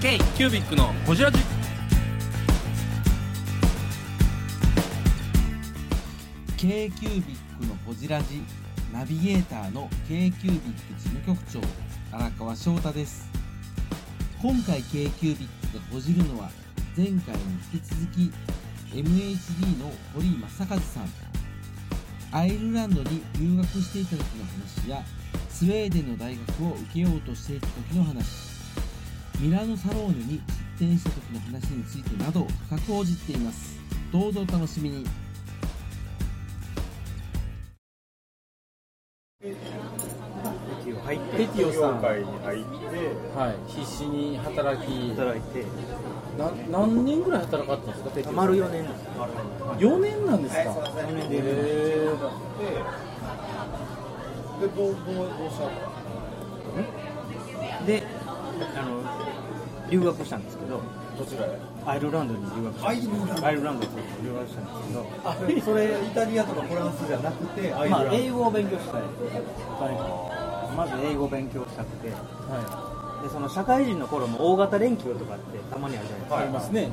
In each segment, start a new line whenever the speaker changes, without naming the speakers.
K キュービックのホジラジ。
k q b i c のほじラジナビゲーターの k q b i c 事務局長荒川翔太です今回 k q b i c がほじるのは前回に引き続き MHD の堀井正和さんアイルランドに留学していた時の話やスウェーデンの大学を受けようとしていた時の話ミラノサローネに出店した時の話についてなど深く応じていますどうぞお楽しみに
入って
ペティオさん
業界に入って
はい、必死に働き、
働いて
な何年ぐらい働かれたんですか、ペティオさん
丸4年です
4年なんですか、
4年で
へ
で、どう、どう、どうしたの
であの留学したんですけど
どちらへ
アイルランドに留学したんです
アイル
アイルラ
ランド
ンドに留学したんですけど
あ、それ、イタリアとかフランスじゃなくて、アイル
ま
ラン
あ
ド。
英語を勉強したいまず英語を勉強したくてで
ーは
その社会人の頃も大型連休とかってたまにあるじゃな
い、あ
いですか、
りますね、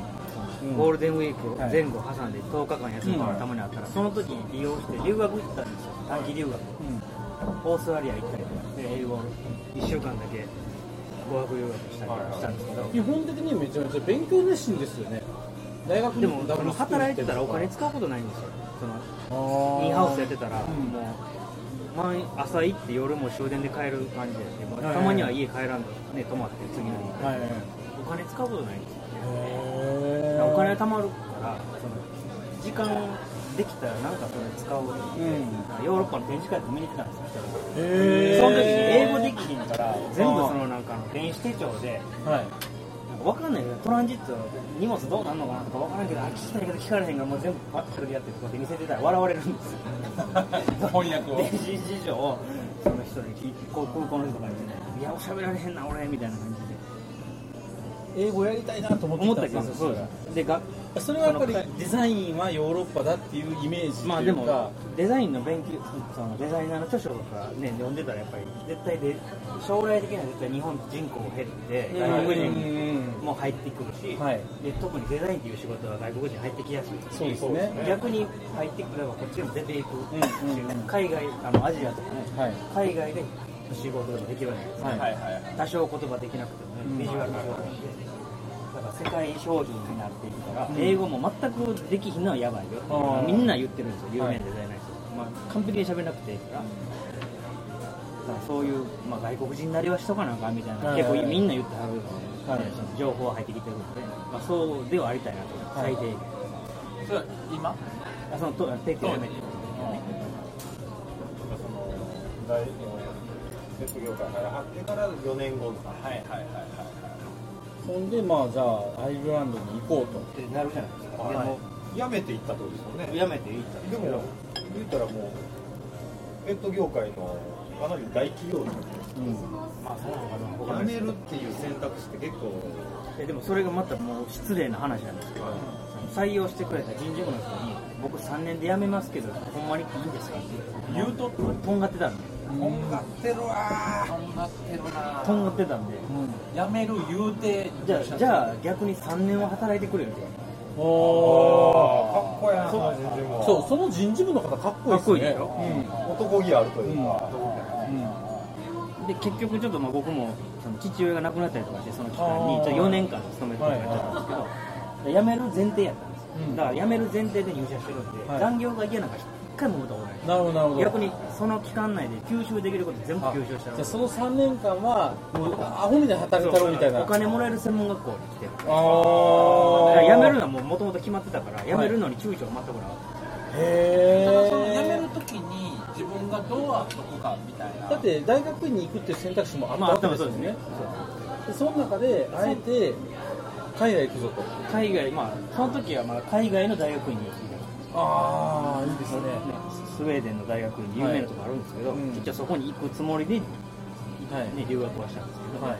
うん
ゴールデンウィークを前後挟んで10日間休むのがたまにあったら、その時に利用して留学行ったんですよ短期留学
うん
オーストラリア行ったりとかで英語を1週間だけ語学留学したりとかしたんですけど、
基本的にめちゃめちゃ勉強熱心ですよね、大学
で
に
も
ダブルスクール
働いてたらお金
行って
使うことないんですよそ
るか
の
ら
インハウスやってたら、
うん
もう毎朝行って夜も終電で帰る感じやし、もうたまには家帰らんのね泊まって次の日、
はい、
お金使うことないんですよ
へー
お金貯まるからその時間できたらなんかそれ使おうと思って、ヨーロッパの展示会とか見に来たんですよ
へー
その時に英語できひんから全部そのなんかの電子手帳で
はい、
なんか分かんないけどトランジット荷物どうなんのかなとか分からんけどあ聞きたいけど聞かれへんからもう全部バッとそれでやってとかって見せてたら笑われるんですよ
翻訳を
電子事情をその人に聞いてこう空港の人とかにね「いや喋られへんな俺」みたいな感じで
英語やりたいなと思って
思った
た
け
んで
ど
すよ
そうだでが
それはやっぱりデザインはヨーロッパだっていうイメージというか、
まあでもデザインの勉強そのデザイナーの著書とかね読んでたらやっぱり絶対で将来的には絶対日本人口減って
うん
外国
う
人
ん
も入ってくるし、
はい
で特にデザインっていう仕事は外国人入ってきやすい
そうですね
逆に入ってくればこっちにも出ていく、
うんうんうん
海外あのアジアとかね、
はい
海外で仕事でもできるわけです、
はいはいはい
多少言葉できなくてもね、
うん
ビジュアルの表現でだから世界商品になっていくから、英語も全くできひんのはやばいよ
あー
みんな言ってるんですよ有名な
はい
デザイナーの人、まあ、完璧に喋れなくていいから、だからそういう、まあ、外国人なりはしとかなんかみたいな、
はいはいはい
結構みんな言ってはるから、ね
はい
その情報は入ってきてるので、まあ、そうではありたいなと、
はい
最低限
それは今
あそのと提供ね
その、大えー鉄業界から入ってから4年後か。はいはいはい
ほんでまあじゃあアイルランドに行こうと
ってなるじゃないですか、
はいはい。やめていったってことですよね。
でもやめていいと
でも、言ったらもう、ペット業界のかなり大企業に
まあそうなのかなわからな
辞
いで
め
す
るっていう選択肢って結構、
えでもそれがまたもう失礼な話なんですけど、採用してくれた人事部の人に僕3年で辞めますけどほんまにいいんですかって言うととんがってたんで
とんがってるわ
頑張ってるな
とんがってたんで
やめる言うて
じゃあじゃあ逆に3年は働いてくれよって
おお
あかっこやな、その人事も
そうその人事部の方かっこいいですね
かっこいいでしょ
男気あるというか、
うんうん
で結局ちょっとまあ僕もその父親が亡くなったりとかしてその期間に
あー
ちょっと4年間勤めてもらっちゃったんですけど、辞める前提やったんですよ、
うん
だから辞める前提で入社してるんで、
はい
残業が嫌なんか一回も思ったことない
なるほどなるほど
逆にその期間内で吸収できること全部
あ
吸収した
じゃあその3年間はもうアホみたいに働いたろうみたいな
お金もらえる専門学校に来てる
ああ
辞めるのはもともと決まってたから辞めるのに躊躇を全くなかった
へ
ただその辞
え
める時に自分がどうあっとくかみたいな
だって大学院に行くっていう選択肢もあったわけですよね、でその中であえて海外行くぞと
海外まあその時はまあ海外の大学院に行ってた
ああいいですね
スウェーデンの大学院に有名なとこあるんですけど、
はいうん
結局そこに行くつもりで、ね
はい
留学はしたんですけど、
はい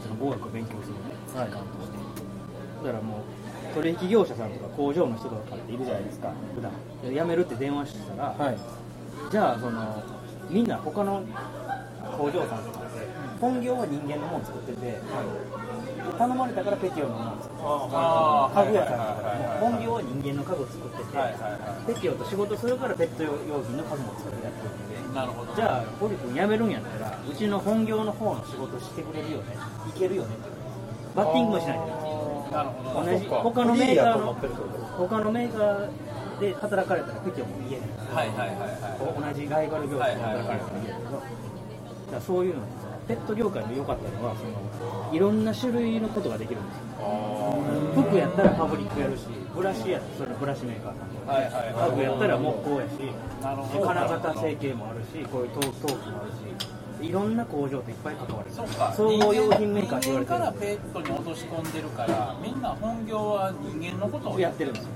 その語学を勉強するのね
はい
時間としてだからもう取引業者さんとか工場の人とかっているじゃないですか普段で辞めるって電話してたら、
はい
じゃあそのみんな他の工場さんとかで本業は人間のもの作ってて、頼まれたからペテオのものを作っ
あ
た家具屋さんだ
はいはい
からもう
はい
本業は人間の家具を作ってて、
はいはいは
ペテオと仕事するからペット用品の家具も作ってやってるんで
なるほど
じゃあポリ君辞めるんやったらうちの本業の方の仕事してくれるよねいけるよねってバッティングをしない
なるほど
と同じ他のメーカーの他のメーカーで働かれたらペテオも言えない
はいはいはいはい
同じライバル業界で働かれたらいいんだけど、だからそういうのにさペット業界の良かったのはそのいろんな種類のことができるんですよ服やったらファブリックやるしブラシやったらそれブラシメーカーさんとか、
はいはいはい
家具やったら木工やし
なるほど
金型成形もあるしこういう陶器陶器もあるしいろんな工場といっぱい関わる
そっか
総合用品メーカーって言われ
人間から
て
ペットに落とし込んでるからみんな本業は人間のことを
るやってるんですよ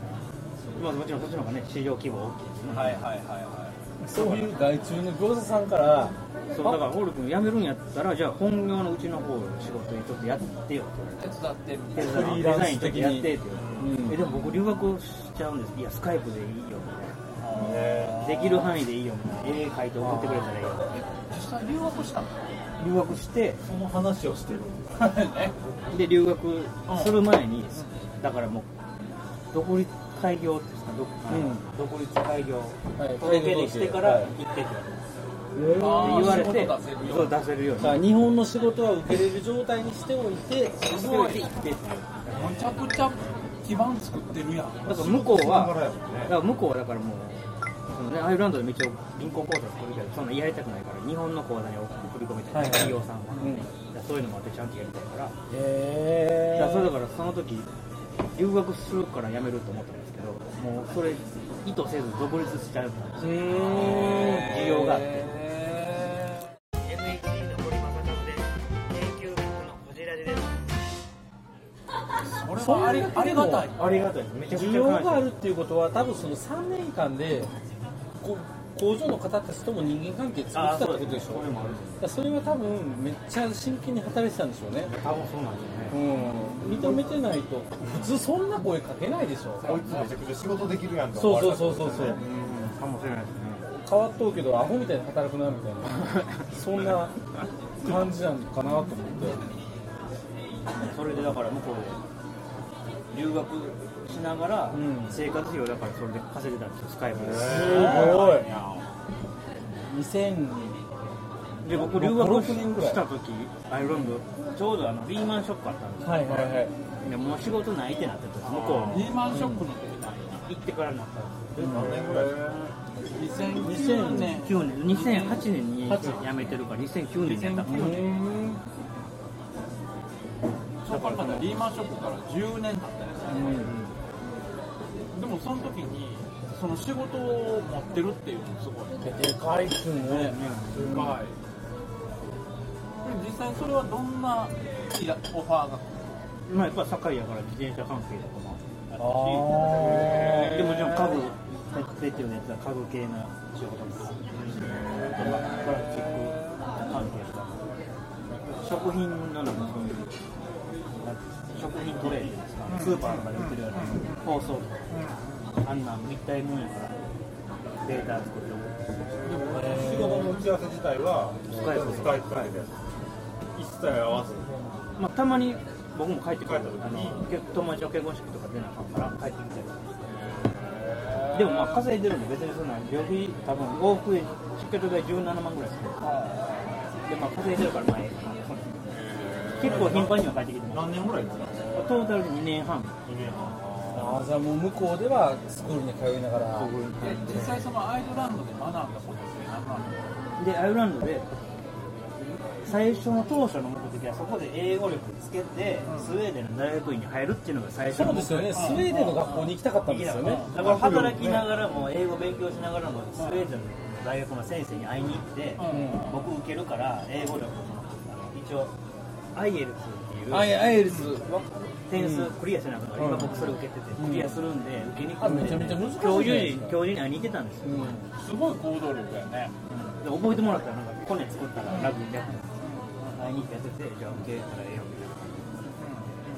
まあもちろんそっちの方がね市場規模は大きいですね
はいはいはいは
そういう外注の業者さんから
そうだからホール君辞めるんやったらじゃあ本業のうちの方の仕事にちょっとやってよって言われて
い手伝って
デ
みたいな
リー
ザ
ラ
イ
ン
ン
ス
ちょ
的
っと
に
やってって言われて、
うん
えでも僕留学しちゃうんですいやスカイプでいいよみた
いね
いなできる範囲でいいよみたいな絵描いて送ってくれたらいいよ
実際留学したの
留学して
その話をしてる
ね
で留学する前に、だからもう独立開業っていうんですか、ど独立開業
はい
届けにしてから
はい
行ってって
あ
言
ー
われて、
仕事出せるよ
そう出せるように
まあ日本の仕事は受けれる状態にしておいて
すごい行ってって
むちゃくちゃ基盤作ってるやん
だから向こうは
だからやもんね
だから向こうはだからもうそのねアイルランドでも一応銀行口座作るけどそんなやりたくないから日本の口座に送り込みたいな企業さんは、
うん
だからそういうのもあってちゃんとやりたいから
へ
いやそれだ
え
からその時留学するから辞めると思ったんですけどもうそれ意図せず独立しちゃうから需要があって
へー
NHC の堀正和です永久のこじらじです
これはありありがたい
ありがたいですめちゃくちゃ
需要があるっていうことは多分その3年間でこ工場の方たちとも人間関係作ってたってことでしょ
これもある
だからそれは多分めっちゃ真剣に働いてたんでしょうね
多分そうなんですよね
うん認めてないと普通そんな声かけないでしょ
こいつめちゃくちゃ仕事できるやんと
そうそうそうそうそう
かもしれないですね
変わっとうけどアホみたいに働くなみたいなそんな感じなのかなと思って
それでだから向こうで留学しながら
うん
生活費をだからそれで稼いでたんですよスカイプです
ごい2000
で僕留学した時アイルランドちょうどあのリーマンショックあったんですよ
はいはいはい
でもう仕事ないってなってたんです向こう
リーマンショックの時だ
行ってからになったん
何年ぐらい
ですよ
2009年
2009年2008年に辞めてるから2009年にやったから
そう考えたらリーマンショックから10年経ったよねでもその時にその仕事を持ってるっていうのもすごい
でかいっすね
でかい実際それはどんないやオファーが
まあやっぱ堺やから自転車関係とかもあった
あ
しでもちろん家具ペットのやつは家具系の仕事ですプラスチック関係とか食品のなんかそういうなんていうの食品トレーっていうんですか、スーパーとかで売ってるような包装とかあんな立体物やからデータ作って
仕事の打ち合わせ自体は
スカイプで
スカイプだけで一切合わず
まあ、たまに僕も帰ってくる
帰った時
あ
に
の結友達の結婚式とか出なあかんから帰ってきたりとかでもまあ稼いでるんで別にそんな旅費多分往復で出血代17万ぐらいするでまあ稼いでるからまあええかな結構頻繁には帰ってきてま
何年ぐらいですか
すトータルで2年半
2年
あ
半
ーじゃあもう向こうではスクールに通いながら
で実際そのアイルランドで学んだことって何なの
でアイルランドで最初の当初の目的はそこで英語力つけて、スウェーデンの大学院に入るっていうのが最初
そ
の
う
目
で
的
すよねスウェーデンの学校に行きたかったんですよね
だから働きながらも英語勉強しながらもスウェーデンの大学の先生に会いに行って、僕受けるから英語力も一応 IELTS っていう
あいやアイエルス
点数クリアしながら、今僕それ受けててクリアするんで受けにく
あ
くて、
めちゃめちゃ難しい
教授
じゃないです
に
か
教授に会いに行ってたんですよ、
すごい行動力だよね
で覚えてもらったらなんかコネ作ったからラグビーで会いに行ってやっててじゃあ受けたらええよみたいな感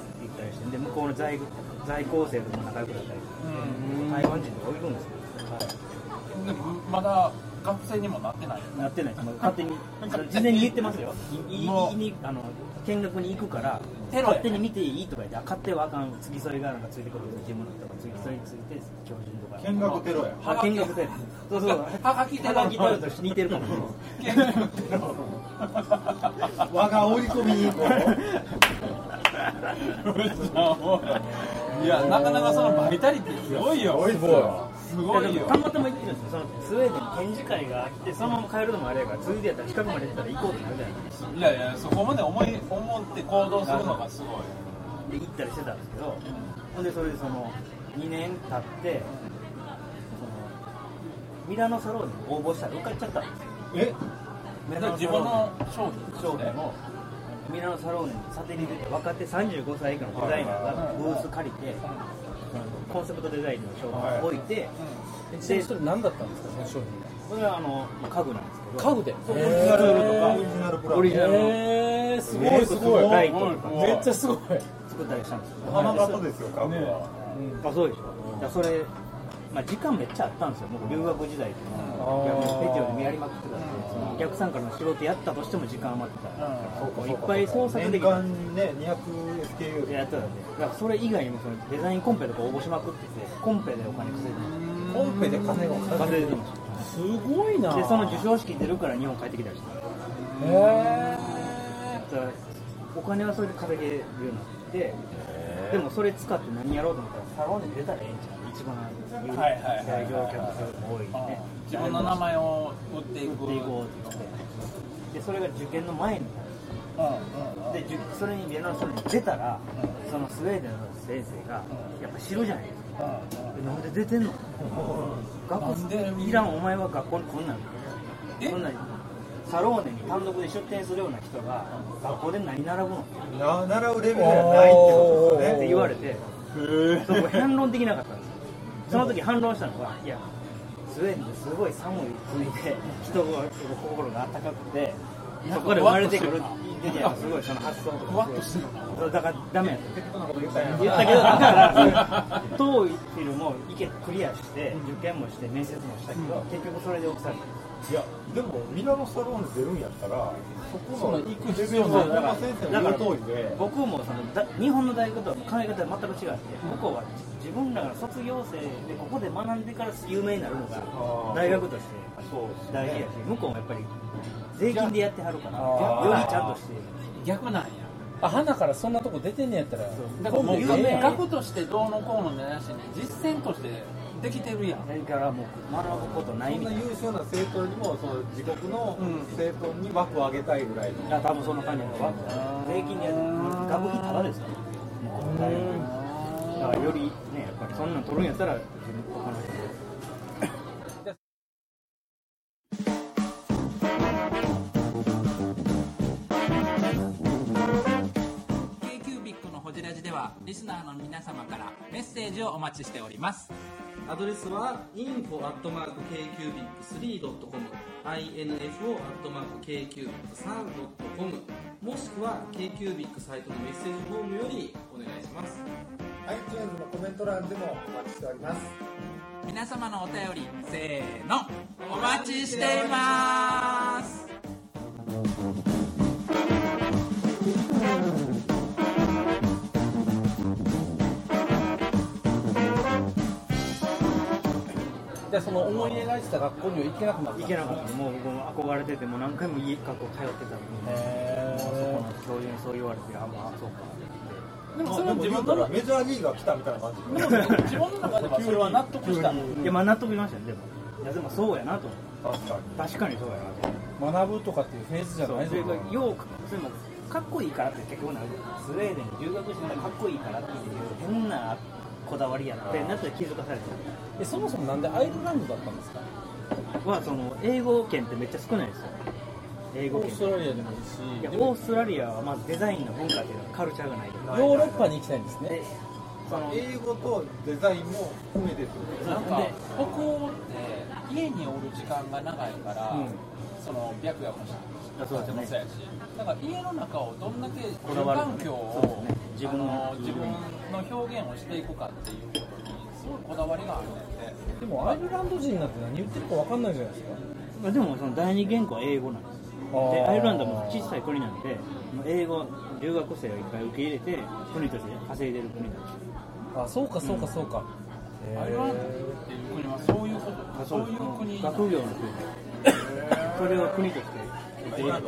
じで行ったりしてで向こうの在在校生とも仲良くなったりして、台湾人とかいるんですよ
でもまだ学生にもなってないよね
なってない、まあ勝手に、事前に言ってますよ、いい
もう
いにあの見学に行くから、
テロや
勝手に見ていいとか言って、あ勝手はあかん、付き添いがなんかついてくるとき、ものとか、付き添いについて、教授とか、
見学テロ
あ
や。
見学で、そうそう、
はがきテロ
はがきテロと似てるかもしれない。
見学テロ
我が折り込みに 行こう。
いやなかなかそのバイタリティすごいよ
おいぼ
すごいよ
たまたま行ってるんですよ、そのスウェーデンの展示会があって、そのまま帰るのもあれやから、ついでやったら近くまで行ったら行こうってなるじゃないですか。
いやいやそこまで思い思って行動するのがすごい
で、行ったりしてたんですけど、ほんで、それでその、2年経って、その、ミラノサローに応募したら受かっちゃったんですよ。
え、
ミラ
で
ノ
自
サ
分
ロー
の商品と
商
して
品を、ミラノサローネにサテリ出て、若手35歳以下のデザイナーがブース借りて、コンセプトデザインの商品を置いて、
えちなみにそれ何だったんですか、その商品
これはあの、まあ、家具なんですけど、
家具で。
そうオ
オリ
リ
ジ
ジ
ナ
ナル
ルと
と
か。
か
オリジナルプラン。
オリジナルの
えー、すご
えー
い、
す
す
ご
ご
い
い。
ライトとか
めっちゃすごい。
作ったりしたんですよ。
なかなかったですよ、家具は。
あそうでしょ、だからそれ、まあ、時間めっちゃあったんですよ、僕、留学時代とか、
ー
いやもうペテオで見やりまくってたんで、そのお客さんからの仕事やったとしても時間余ってたから、
そうかそうか
いっぱい創作で
年
きた。
間ね、200 SKU
やってたんで、だからそれ以外にもそのデザインコンペとか応募しまくってて、コンペでお金稼いでま
コンペで金が
した稼いでまし
すごいな
た。で、その授賞式出るから日本帰ってきたりして、
え
だからお金はそれで稼げるようになって、でもそれ使って何やろうと思ったら、サロンに出たらええんちゃう一番有
はいはいはい
代表客数が多い
あ
ね。
自分の名前を売ってい
売
く
っていこうって言ってでそれが受験の前に
うんうんうん
でじゅそれにベナンソルに出たらそのスウェーデンの先生がやっぱ知るじゃないですかでなんで出てんの
なんで
学いらんお前は学校にこんなん
え
こんなんサローネに単独で出店するような人が学校で何並ぶの
な習うレベルじゃないってことで
っ
す
て
ね
言われてそこ反論できなかったんですよその時反論したのがいやスウェーデンですごい寒い国で人が心が温かくてそこで生まれてくるっていやすごいその発想
ふわっとしてるな
そうだからダメやった言ったけどだから遠いフィルも意見クリアして受験もして面接もしたけど結局それで落とされた
いやでもミラノサロンで出るんやったらそこの行く必要
そ
な
う
い
だから
先生
だ
の
から
言う通りで
僕もそのだ日本の大学とはもう考え方が全く違って、向こうは自分らが卒業生でここで学んでから有名になるのが
あー
大学として
そう
大事やし、向こうもやっぱり税金でやってはるから、
あー
よりちゃんとして、
逆なんや
あ、花からそんなとこ出てんねやったら。
だからもう
有名や
学としてどうのこうのじゃなしに実践としてできてるやん
それからもう学ぶことない
そん
み
な
たい
優秀な生徒にもその自国の
うん
生徒に枠をあげたいぐらいの
な、多分そんな感じだわ、税金でやってる、学費ただですから、向こうの大学だからよりね、やっぱりそんなん取るんやったら、他の人で。
K-Cubic のホジラジではリスナーの皆様からメッセージをお待ちしております
アドレスは info.kcubic3.com info.kcubic3.com もしくは KQBIC サイトのメッセージフォームよりお願いします
皆様のお便りせーのお待ちしています
で、その思い描いてた学校には行けなくなった。
行けなかったもう僕も憧れててもう何回もいい学校通ってたのに、もうそこの教授にそう言われてあまあそうか
でもそ
そ
れ
れ
は
も
自
言う
分
た
の
ら
中
メジャーリーガー来たみたいな感じ
でも自分の中ではそれは納得した
いやまあ納得しましたねでもいやでもそうやなと思って
確か
確かにそうやなと思って
学ぶとかっていうフェーズじゃ
そ
な
う
い
それ
ぞ
が。ようかそれもかっこいいからって結構なるじゃないスウェーデンに留学してたらかっこいいからっていう変なこだわりやなってなって気づかされて
え、そもそもなんでアイルランドだったんですか。
はその英語圏ってめっちゃ少ないですよ英語
オー
圏
ストラリアでもいい
い
し。
や
でも
オーストラリアはまずデザインの文化っていうのはカルチャーがないから
ヨーロッパに行きたいんですね。
でその
に英語とデザインも含めですよね
なんか北欧って家におる時間が長いから、
うん
その白夜もして
あそうですね
やしだから家の中をどんだけ
こだ
住
わる
環境
そうです
を、
ね自分の
あの自分の表現をしていくかっていうことにすごいこだわりがあるんで
でもアイルランド人なんて何言ってるかわかんないじゃないですか。
まあでもその第二言語は英語なんですよでアイルランドも小さい国なんでもう英語留学生をいっぱい受け入れて国として稼いでる国なんですよ
あそうかそうかそうか、
アイルランドっていう国はそういうことそういう国
学業の国それを国として受け入れて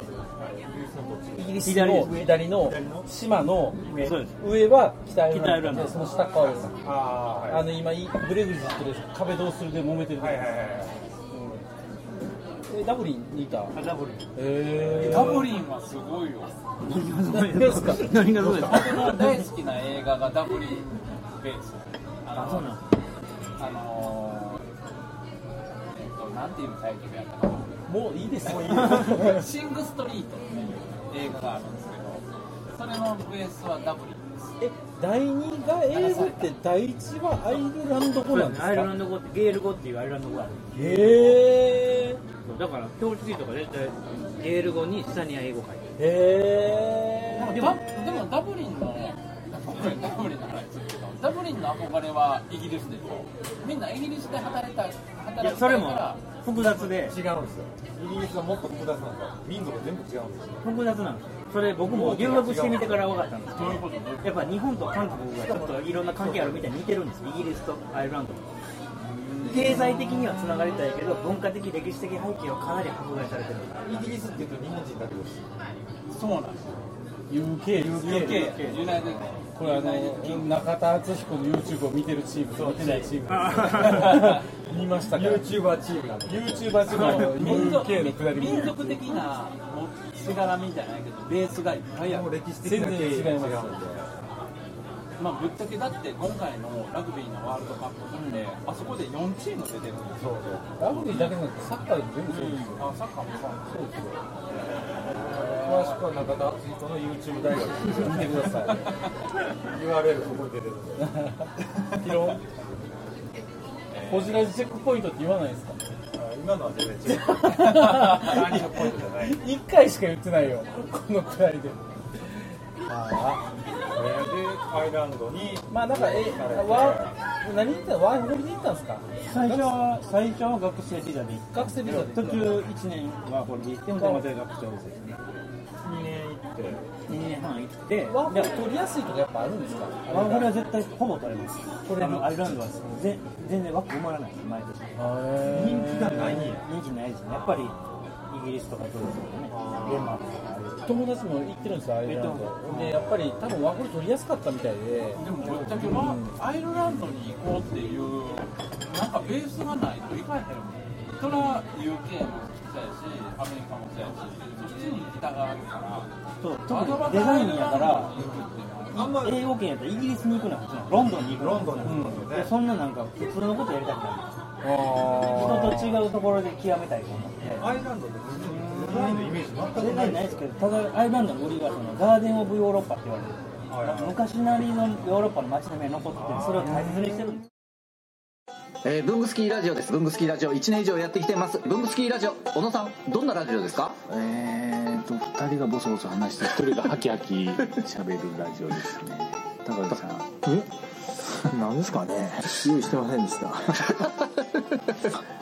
イギリスの左の島の
そうです
上は北アイルランド
北アイルランド
でその下川です
あーはい
あの今いブレグジットで壁どうするで揉めてるとこ
はい
で
はいはいはい
す、えダブリンにいた
あダブル
え
ダブリンはすごいよ
何ですか
何がそうですか
僕の大好きな映画がダブリンベースあ
あそうなん
あのーえっとなんていうタイトルやったかな
もういいですよ
シング・ストリートっていう映画があるんですけど、それのベースはダブリンです。
え第2が英語って第1はアイルランド語なんです
アイルラ
か
ンド語ってゲール語っていうアイルランド語がある
へえ
そうだから教室とか絶対ゲール語に下に英語書いて
へえ
でもダでもダブリンの、これダブリンの話ですけど、ダブリンの憧れはイギリスでしょ、みんなイギリスで働いた、
る
働い
いや
た
そ
か
れも
ら、
複雑で
違うんですよイギリスはもっと複雑なんですよ民族全部違うんですよ
複雑なんですよそれ僕も留学してみてから分かったんですけ
どういうことどういう
どやっぱ日本と韓国がちょっといろんな関係あるみたいに似てるんですよイギリスとアイルランド経済的にはつながりたいけど文化的歴史的背景はかなり迫害されてる
イギリスって言うと日本人だけです
そうなんですよ、
UK ですね
UK、ユナイテッ
これあの中田敦彦の YouTube を見てるチームと見てないチーム
あ
見ましたから
YouTuber チームなんで
YouTuber チームの
ド、民
UK のくだ
族
り
民族的なもしがらみじゃないけど、ベースがいっぱいあ
もう
る。
歴史的な経緯が違うんで
全然違い
まあ、ぶっちゃけだって今回のラグビーのワールドカップなんで、あそこで4チーム出てるんです
そ
よ
うそう
ラグビーだけじゃなくてサッカーでも全部そうですよ
あサッカーもそ
そ
う
うですよ
詳しくは中田敦彦の YouTube 大学見てください URL そこに出てるん で
ピロンホジラジチェックポイントって言わないですか
あ今のは全然違う何がポイントじゃない
一回しか言ってないよこのくだりで
ああそれでアイルランドに
まあなんかえわ何言ったワーホリで行ったんですか
最初は最初は学生時代で
学生ビザで
途中1年はこれで行ってまたまた学生です
2年行って
2年半行ってで
ワーホリ取りやすいとかやっぱあるんですか
ワーホリは絶対ほぼ取れます
取れる
あのアイルランドはぜ全然枠埋まらないです毎年
人気がないんや
人気ないですねやっぱりイギリスとかそうですよねデンマークとかああいう
友達も行ってるんですよアイルラン
行って
ドでやっぱり多分ワーホリ取りやすかったみたいで
でもぶっちゃけはアイルランドに行こうっていうなんかベースがないと行かへんもんそれは UK もそうやしアメリカもそうやしそっちに北があるから
そう
わ
特
ざわ
に
ざ
デザインやから
あんま
英語圏やったらイギリスに行くな普通なのロンドンに行く
ロンドンに行く
うん
のね
でそんななんか普通のことやりたくない人と違うところで極めたいと思って
アイルランドってデザインのイメージ全く
全
ない
然ないですけど、ただアイルランドの売りがそのガーデン・オブ・ヨーロッパって言われてる、
はいはい
なんか昔なりのヨーロッパの街並みが残ってて、それを大切にしてるんです。
えー、ブングスキーラジオです。ブングスキーラジオ1年以上やってきてます。ブングスキーラジオ、小野さん、どんなラジオですか
えーと2人がボソボソ話して1人がハキハキ喋るラジオですね高橋さんえなんですかね用意してませんで した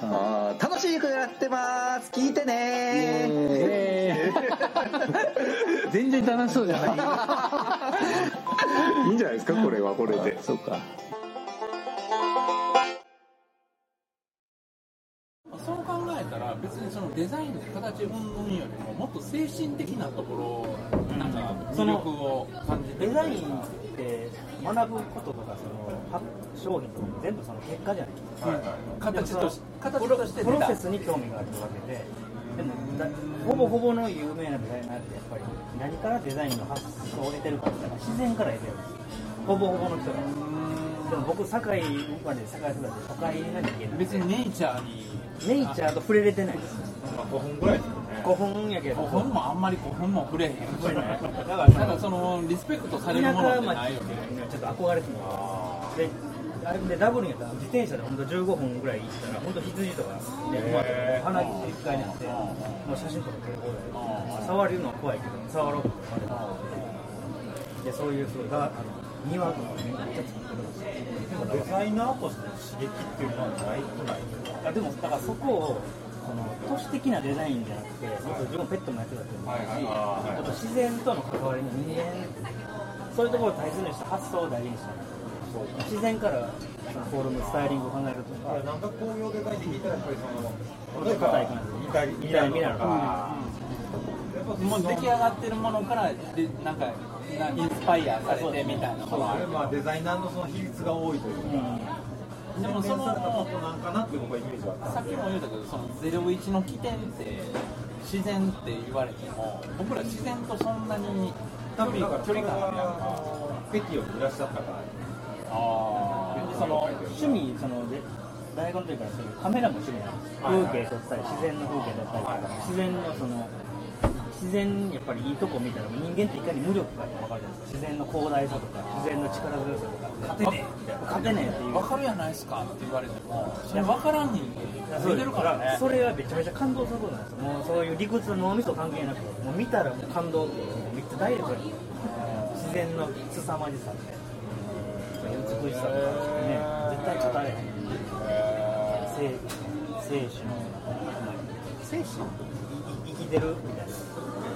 あー楽しくやってます。聞いてねー。
全然楽しそうじゃ ないいいんじゃないですかこれはこれでそうか
そう考えたら別にそのデザインで形うんぬんよりももっと精神的なところなんか魅力を感じて
デ
る
ザインって学ぶこととかそのは商品とかも全部その結果じゃないですか
形とし形として
プ
出
ロ
た
セスに興味があるわけででもだほぼほぼの有名なデザイナーってやっぱり何からデザインの発想を得てるかって言ったら自然から得てるんですよほぼほぼの人がでも僕堺生まれ堺育ちで都会な人間なんで
別にネイチャーに
ネイチャーと触れれてないです
5分ぐらいですよね
5本やけ
古
ど
墳もあんまり古墳も触れへん
触れない
だ
だ
か
から
らそのリスペクトされるものってないよね
ちょっと憧れてもであれでダブルにやったら自転車で本当15分ぐらい行ったら本当羊とかね馬とかもう鼻血一回になってもう写真とか撮る方だよ触れるのは怖いけど触ろうとかでそういうそうがあの庭とかめっちゃ作ってるんですよ
デザイナーとしての刺激っていうのはないくない
あでもだからそこをその都市的なデザインじゃなくて、もっと自分ペットもやってたと思うし、やっぱ自然との関わりの人間、そういうところを大切にして発想を大事にしたい自然からそのフォルム、スタイリングを考えるとか、
なんか工業で書いて聞いたらやっぱりその
例えば硬い感じ
見たり
見たり見たりとか、
もう出来上がってるものからでなんかなインスパイアされてみたいなの
そう
はあ
です
る
ねまあデザイナーのその比率が多いというか、
でもその
洗練されたことなんかなって僕はイメージはあった
さっきも言うたけどその01の起点って自然って言われても僕ら自然とそんなに距
多分だから
離距
それ
離感あるやんか
はペティを濡らしちゃったから
あ
その趣味、そので大学の時からそういうカメラも趣味なんです、風景撮ったり、自然の風景撮ったりとか、自然のその、自然にやっぱりいいとこ見たら、人間っていかに無力かって分かるじゃないですか、自然の広大さとか、自然の力強さとか、勝てねえみたいな、勝てねえっていう
分。かるやないっすかって言われてもそれ分からん人間見てるからね
それはめちゃめちゃ感動することなんですよもうそういう理屈脳みそ関係なくもう見たらもう感動っていうもうめっちゃダイレクトに自然の凄まじさみたいな美しさとかね絶対語れへん生生死の生死生き生きてるみたいな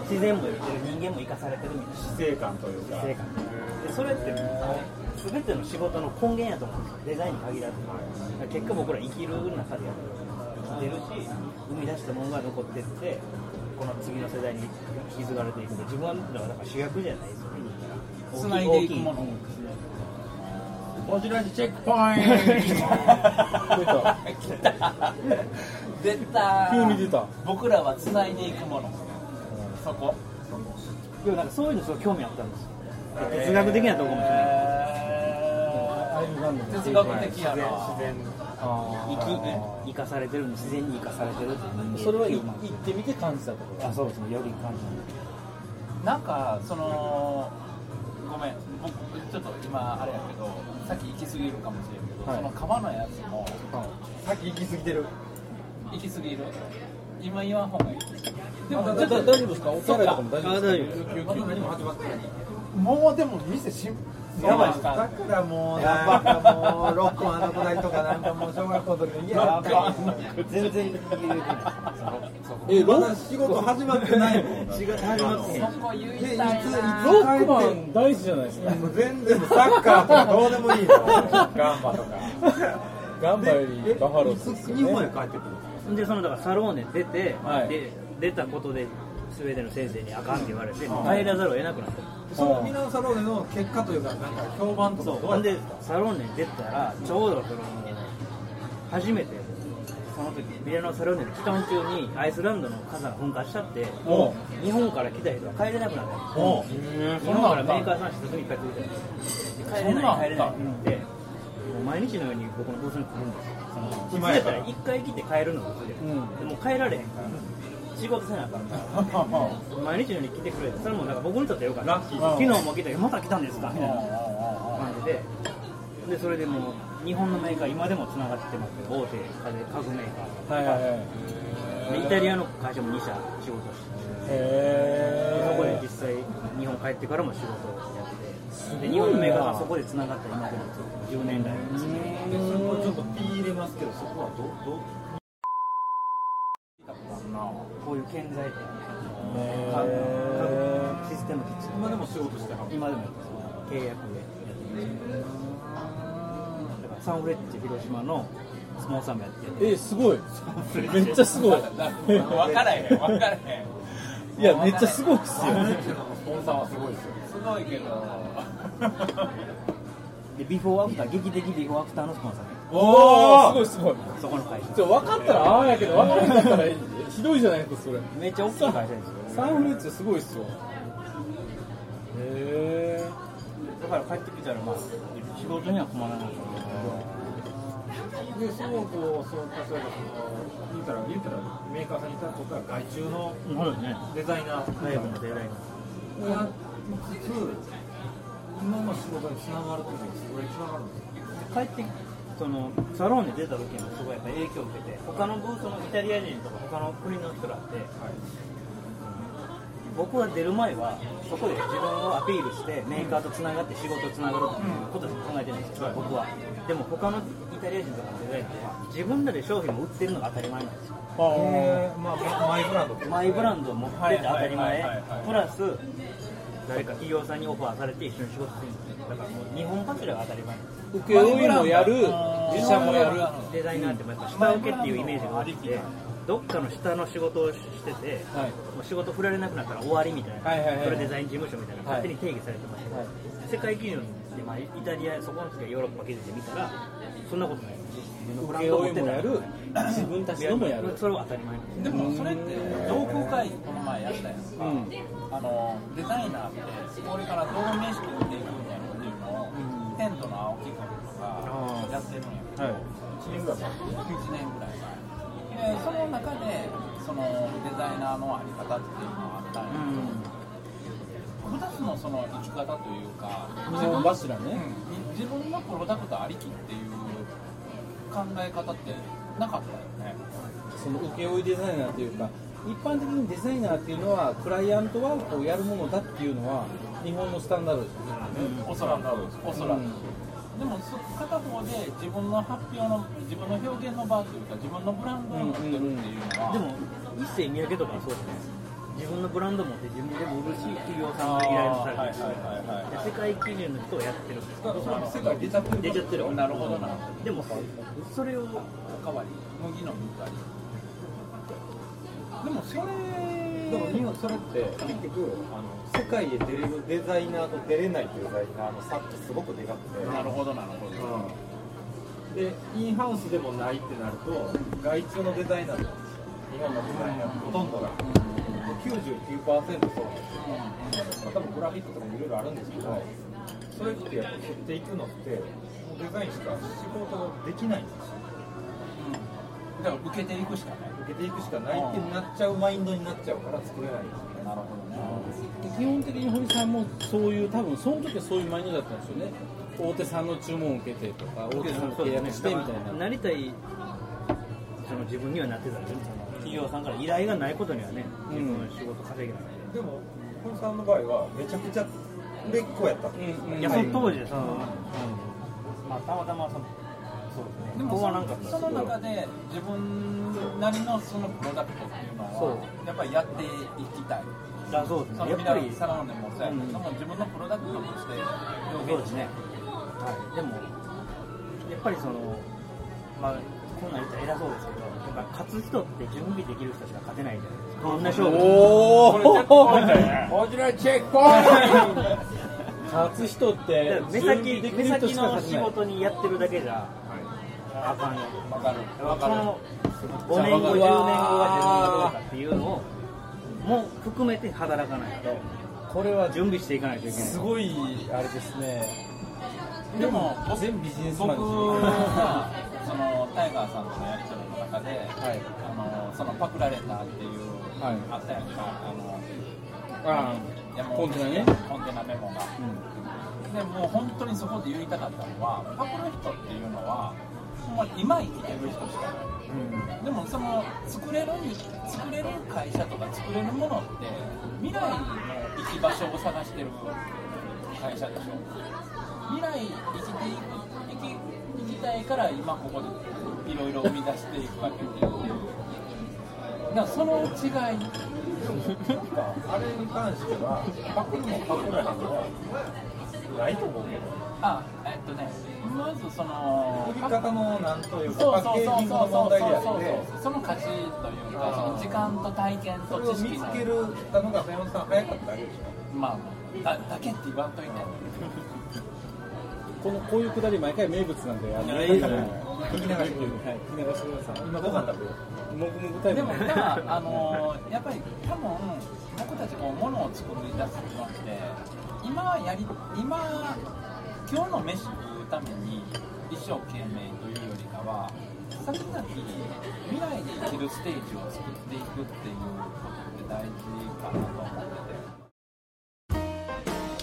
自然も生きてる人間も生かされてるみたいな
姿勢感というか
生活でそれって全ての仕事の根源やと思うんですよデザインに限らず結果僕ら生きる中でやってる生きてるし生み出したものが残ってってこの次の世代に引き継がれていくんで自分はだからだから主役じゃないですよね
つないでいくものこちらにチェックポイント出た出た
急に出た
僕らはつないでいくものそこ
でもなんかそういうのすごい興味あったんですよ哲学的なとこも
哲学的
生き
やな
生かされてるの自然に生かされてるっていう
それは
人
行
間っていう
ってみて感じたこと
あそうですねより感じ
なんかそのごめん僕ちょっと今あれやけどさっき行き過ぎるかもしれんけど、
はい
その川のやつも
さっき行き過ぎてる
行き過ぎる今言わん方がいいでも
だ
ち
だ
ょっ
だ
と
大丈夫ですかお手洗いとかも大丈夫ですか
まだ何も始まってない
もうでも店しや
や
ば
ば
い
い
っすか
だからもうなんかもう六個穴子台とかなんかもう小学校の時に家ばっか
全然
りまだ仕事始まってないもん仕事始まって
そこ言いたいな
ロックマン大事じゃないですか
もう全然もうサッカーとかどうでもいいのガンバとか
ガンバよりバファローズですよ
日本へ
ね
帰ってくる
でそのだからサローネ出て、
はい
で出たことで全ての先生にあかんって言われて、帰らざるを得なくなった
そのミラノサローネの結果というかなんか評判とかどう
ほ
や
ん
って
でサローネ出たらちょうどその初めてその時ミラノサローネの期間中にアイスランドの火山が噴火しちゃって
おう
日本から来た人が帰れなくなった
おう
日本からメーカーさん施設にいっぱい来るじゃないですかで帰れない帰れないってなってもう毎日のように僕のブースに来るんですよその
暇
普通や
や
った
からら
1回来て帰るのが普通やからでもう帰られへんから仕事せなあかんから毎日のように来てくれてそれもなんか僕にとってよかった
ラッキー
昨日も来たけどまた来たんですかみたいな感じででそれでもう日本のメーカー今でもつながってますけど大手家具メーカ
はい
ー
はいはい
でイタリアの会社も2社仕事しててでそこで
へ
実際日本帰ってからも仕事をやっててで日本のメーカーがそこでつながって今でも10年来ですね
でそれもちょっとピー入れますけどそこはどど
こういう建材店
え
家具家具システムキッチン
今でも仕事してはる
今でもやってます契約でやってますだからサンフレッチェ広島のスポンサーもやってて
えすごいめっちゃすごい
分からへん分からへん
いやめっちゃすごいっすよ
スポンサーはすごいですよすごいけど
でビフォーアフター劇的ビフォーアフターのスポンサーね
おおすごいすごい
そこの会社
ちょ分かったらああやけど分からなかったらひどいじゃないですかそれ
めっちゃ大きい会社ですよ
サンフルーツすごいっすよへえ
だから帰ってきたらまあ仕事には困らない
でそのこうそう例えばその言うたら言うたらメーカーさんにいたことは外注の
そうですね
デザイナー
内部のデザイン
をやりつつ今の仕事につながるっていうのはそれにつながるんですよ
帰ってそのサローンで出た時もすごいやっぱ影響を受けて他のブースのイタリア人とか他の国の人らって、僕は出る前はそこで自分をアピールしてメーカーとつながって仕事をつながろうっていうことしか考えてないんですよ、僕はでも他のイタリア人とかのデザインって自分らで商品を売ってるのが当たり前なんですよ
えーまあ、マイブランド
マイブランドを持ってて当たり
は
前
いはいはいはい
プラス誰か企業さんにオファーされて一緒に仕事するんですよだからもう日本柱が当たり前
請負もやる自社もやる
デザイナーってもやっぱ下請けっていうイメージがあってどっかの下の仕事をしてて、
はい
もう仕事振られなくなったら終わりみたいな、
はいはいはい
それデザイン事務所みたいな勝手に定義されてましたけど、
はい
世界基準で、まあ、イタリアそこの時はヨーロッパ基準で見たらそんなことない
請負もやる自分たちのもやる
それは当たり前なんで
でもそれって同好会この前やったやつか、
うん
あのデザイナーってこれからどう面識打っていくんやろっていうのを、テントの青木君とかやってるんやけど、1年ぐらい1年ぐらい前でその中でそのデザイナーのあり方っていうのがあったんやけど、2つのその生き方というか
自分柱ね
うん自分のプロダクトありきっていう考え方ってなかったよね
その請負デザイナーというか一般的にデザイナーっていうのはクライアントワークをやるものだっていうのは日本のスタンダードですよね
おそらくおそらく、
うん
でもそ片方で自分の発表の自分の表現の場というか自分のブランドを持ってるっていうのは、
も一世三宅とかはそうじゃないですか自分のブランド持って自分でも売るし企業さんから依頼もされてるし、世界基準の人をやってるんですけど
世界出ちゃってる
出ちゃってる
なるほどな
でもそれを
おかわり麦のむかりでもそれ
でも日本それって結局あの世界へ出れるデザイナーと出れないデザイナーの差ってすごくでかくて、
なるほどなるほど、
うん、でインハウスでもないってなると外注のデザイナーなんですよ日本のデザイナーのほとんどが、99%そうなんですよ、まあ、多分グラフィックとかもいろいろあるんですけどそれってやっぱ減っていくのってもうデザインしか仕事ができないんですよ
だから受けていくしかない
受けていくしかないってなっちゃうマインドになっちゃうから作れないんですよね
なるほどね
基本的に堀さんもそういう多分その時はそういうマインドだったんですよね大手さんの注文を受けてとか大手さんの契約してみたいな
なりたいその自分にはなってたんですよね企業さんから依頼がないことにはね自分の仕事稼げない、
でも堀さんの場合はめちゃくちゃ売れっ子やったと
いやその当時でその、まあたまたまそのそうですね
で
こ
も
こ
そ
はなんか
のその中で自分なりのそのプロダクトっていうのはやっぱりやっていきたい
だそうです
そ
ね
の
やっ
ミ
ぱ
ラ
り
ーサロンでもそうやけど、その自分のプロダクトとして表
そう
現
で
し
す
て、
ね、はい、でも、やっぱりその、まあ、こんなん言ったら偉そうですけど、やっぱ勝つ人って準備できる人しか勝てないじゃないですか、どんな勝負お
勝つ人って
目先目先の仕事にやってるだけじゃ、あかんよ、
わかるわか
こ
る
の5年後、10年後が自分がどうかっていうのを、もう含めて働かないと、
これは
準備していかないといけない。
すごいあれですね
でも僕
全ビジネスマン
僕
ですよ
がそのタイガーさんとのやり取りの中で、
はい
あのそのパクられたっていう、
はい
あったやんかあの
あ
山
コ
本
ンテナね
コンテナメモが、でもう本当にそこで言いたかったのはパクる人っていうのはほんまに今生きてる人しかないでもその作れるに作れる会社とか作れるものって未来の行き場所を探してる会社でしょ未来生きていく生き生きたいから今ここでいろいろ生み出していくわけでだからその違い
あれに関してはパクるもパクらへんもないと思うけど
あえっとねまずその
売り方のなんというか
そ
パ
うそ
ッ
う
ケー
そう
ジング
そ
の
う
問題であ
そう
って
そうその価値というかその時間と体験
そ
と
れを
知識
見つ
の
けるたのが山本さん早かったわけでし
まあだだけって言わんといて
このこういうくだり毎回名物なんでやる
いやいいね
はい聞き流してください聞き流してくださ
ょ
い
今ご飯食べよ
もぐもぐタイム
でもまあ、あのやっぱり多分僕たちこう物を作り出すのって今やり今今日の飯食うために一生懸命というよりかは先々未来で生きるステージを作っていくっていうことって大事かなと思ってて。